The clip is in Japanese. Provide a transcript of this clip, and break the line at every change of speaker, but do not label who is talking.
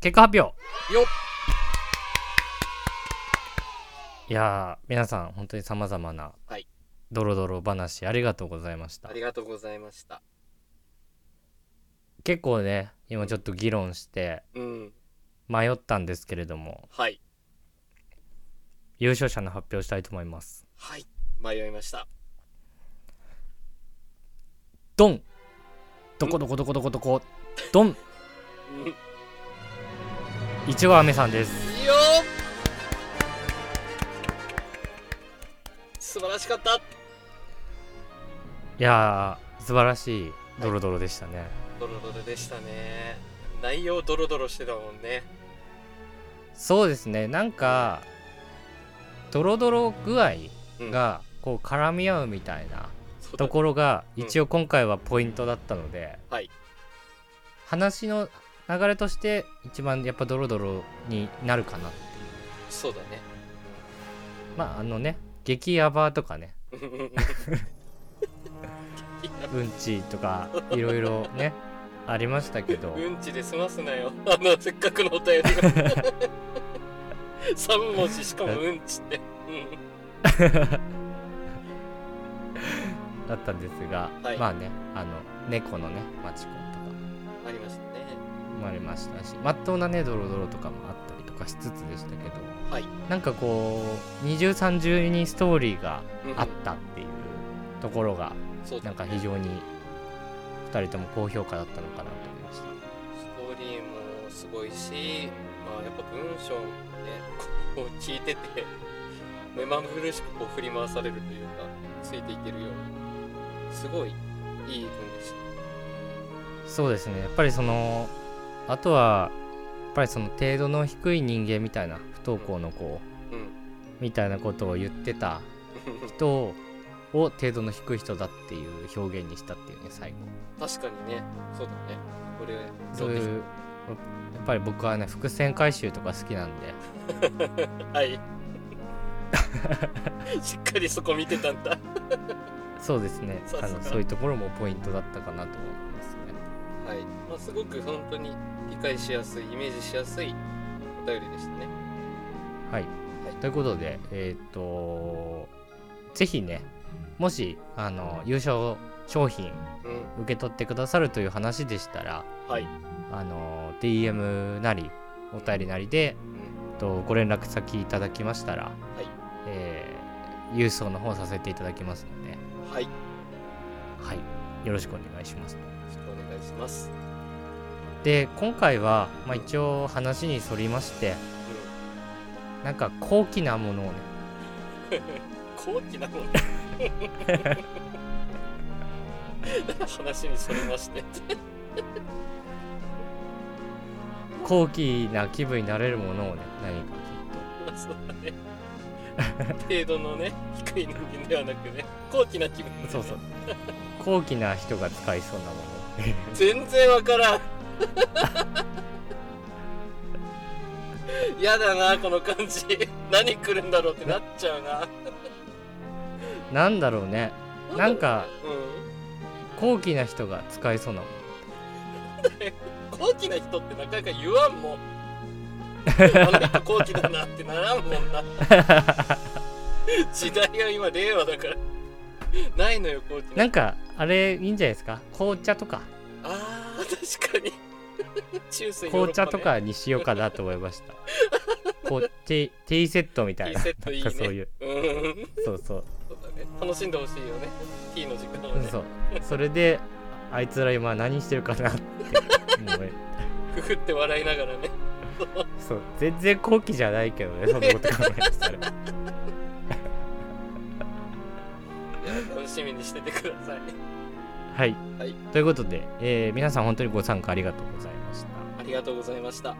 結果発表
よっ
いやー皆さん本当にさまざまな
はい
ドロドロ話ありがとうございました、
ありがとうございました
結構ね今ちょっと議論して
うん
迷ったんですけれども
はい
優勝者の発表したいと思います
はい迷いました
ドンどこどこどこどこどこドン
うんよ
いちごあめさんです
っ素晴らしかった
いやー素晴らしいドロドロでしたね、
ドロドロでしたね内容ドロドロしてたもんね
そうですねなんかドロドロ具合がこう絡み合うみたいな
そうだ
と
ね
ころが
うん
一応今回はポイントだったので、
はい
話の流れとして一番やっぱドロドロになるかな
そうだ ね
まああのね激ヤバとかね
うんうんうんい
うんちと かいろいろねありましたけど
やうんちで済ますなよあのせっかくのお 便りが3文字しかもうんちって
だったんですが、
はい
まあねあの猫のねマチコンとか
うんありましたね
もありましたしまっとうなねドロドロとかもあったりとかしつつでしたけど
はい
なんかこう二重三重にストーリーがあったっていうところが
そうだ
なん
ね
か非常に2人とも高評価だったのかなと思いました
ストーリーもすごいし、まあ、やっぱ文章もね、こう聞いてて、 目まぐるしくこう振り回されるというか、ついていけるような、すごいいい文でし
そうですねやっぱりそのあとはやっぱりその程度の低い人間みたいな不登校の子
た。うん。
みたいなことを言ってた人を程度の低い人だっていう表現にしたっていうね最後
確かにね、そうだね。これ、
そういうやっぱり僕はね伏線回収とか好きなんで
はい。 しっかりそこ見てたんだ。
そうですね
そう
あ
そう
のそういうところもポイントだったかなと思いますね
はい。まあ、すごく本当に理解しやすい、イメージしやすいお便りでしたね。
はい、ということでえっ、とぜひねもしあの優勝商品
うん。
受け取ってくださるという話でしたら
はい。
あの DM なりお便りなりで
うん。
えっとご連絡先いただきましたら、
い
えー郵送の方させていただきますので、
はい。よ
はい、よろしくお願いします
ろしくお願いします。
で今回は、まあ、一応話に沿りまして
うん。
なんか高貴なものをね
高貴 なもんね話にそれまして
高貴な気分になれるものをね何か
そうだね程度のね低い人間ではなくね高貴な気分
きっとそうそう高貴な人が使いそうなもの
全然わからん やだなこの感じ何来るんだろうってなっちゃうな
なんだろうねなんか
う
高貴な人が使いそうなもの
ん高貴な人ってなかなか言わんもんあなた高貴だなってならんもんな時代が今令和だからないのよ高知
な
なん
かあれいいんじゃないですか紅茶とか
あー確かに中世ヨーロ
紅
ッパ
茶
ね
とかにしようかなと思いま したこうティーティーセットみたいな
ティーセットいいね
なんかそういう
うん
そうそう
そうだね楽しんでほしいよねティーの時間をね
そうそれであいつら今何してるかなって思い
ふふって笑いながらね
そう全然高貴じゃないけどねそんなこと考えてたら
楽しみにしててください
はい、
はい
ということで、えー皆さん本当にご参加ありがとうございました
ありがとうございました